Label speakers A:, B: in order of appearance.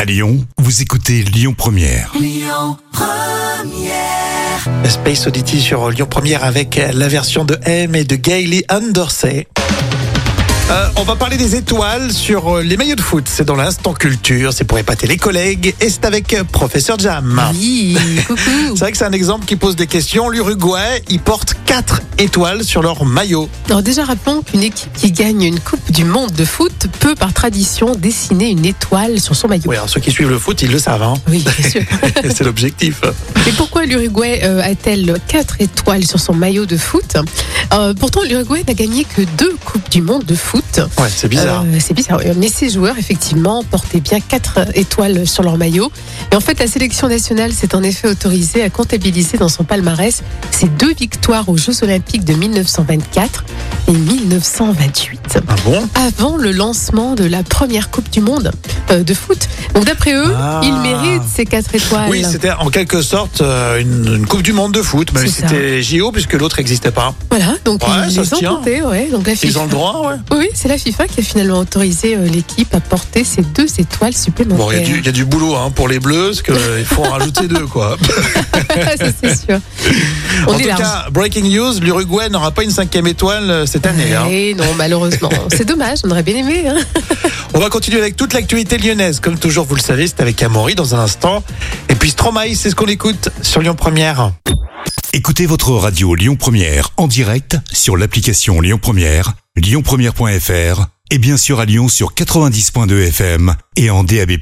A: À Lyon, vous écoutez Lyon Première.
B: Space Oddity sur Lyon Première avec euh, la version de M et de Gaily Undersay. Euh, on va parler des étoiles sur euh, les maillots de foot. C'est dans l'instant culture, c'est pour épater les collègues et c'est avec euh, Professeur Jam.
C: Oui, coucou.
B: C'est vrai que c'est un exemple qui pose des questions. L'Uruguay, il porte 4 étoiles sur leur maillot.
C: Alors déjà rappelons qu'une équipe qui gagne une Coupe du Monde de foot peut par tradition dessiner une étoile sur son maillot.
B: Oui, alors ceux qui suivent le foot, ils le savent. hein.
C: Oui, bien sûr.
B: c'est l'objectif.
C: Mais pourquoi l'Uruguay euh, a-t-elle quatre étoiles sur son maillot de foot Euh, Pourtant, l'Uruguay n'a gagné que deux Coupes du Monde de foot.
B: Ouais, c'est bizarre.
C: Euh, c'est bizarre. oui. Mais ces joueurs, effectivement, portaient bien quatre étoiles sur leur maillot. Et en fait, la sélection nationale s'est en effet autorisée à comptabiliser dans son palmarès ses deux victoires aux Jeux Olympiques de 1924 et 1928,
B: Ah bon
C: avant le lancement de la première Coupe du Monde euh, de foot. Donc, d'après eux,
B: Ah.
C: ils méritent ces quatre étoiles.
B: Oui, c'était en quelque sorte euh, une, une Coupe du Monde de foot, même
C: C'est
B: si
C: ça.
B: c'était JO puisque l'autre n'existait pas.
C: voilà, donc
B: Ouais,
C: ils
B: ça
C: les
B: se
C: ont
B: tient.
C: comptés. Ouais, donc la
B: Ils
C: FIFA-
B: ont le droit, ouais.
C: Oui, c'est la FIFA qui a finalement autorisé euh, l'équipe à porter ses deux étoiles supplémentaires.
B: Bon, il y a du- il y, a du boulot hein, pour les bleus, parce qu'il faut en rajouter deux, quoi.
C: Ça, c'est sûr.
B: en
C: On
B: tout
C: est hein. large.
B: cas, breaking news, l'Uruguay n'aura pas une cinquième étoile euh, cette année. hein.
C: Eh non, malheureusement. C'est dommage, on aurait bien aimé. hein.
B: On va continuer avec toute l'actualité lyonnaise. Comme toujours, vous le savez, c'est avec Amaury dans un instant. Et puis Stromae, c'est ce qu'on écoute sur Lyon Première.
A: Écoutez votre radio Lyon Première en direct sur l'application Lyon Première, lyonpremière.fr et bien sûr à Lyon sur 90.2 FM et en DAB+.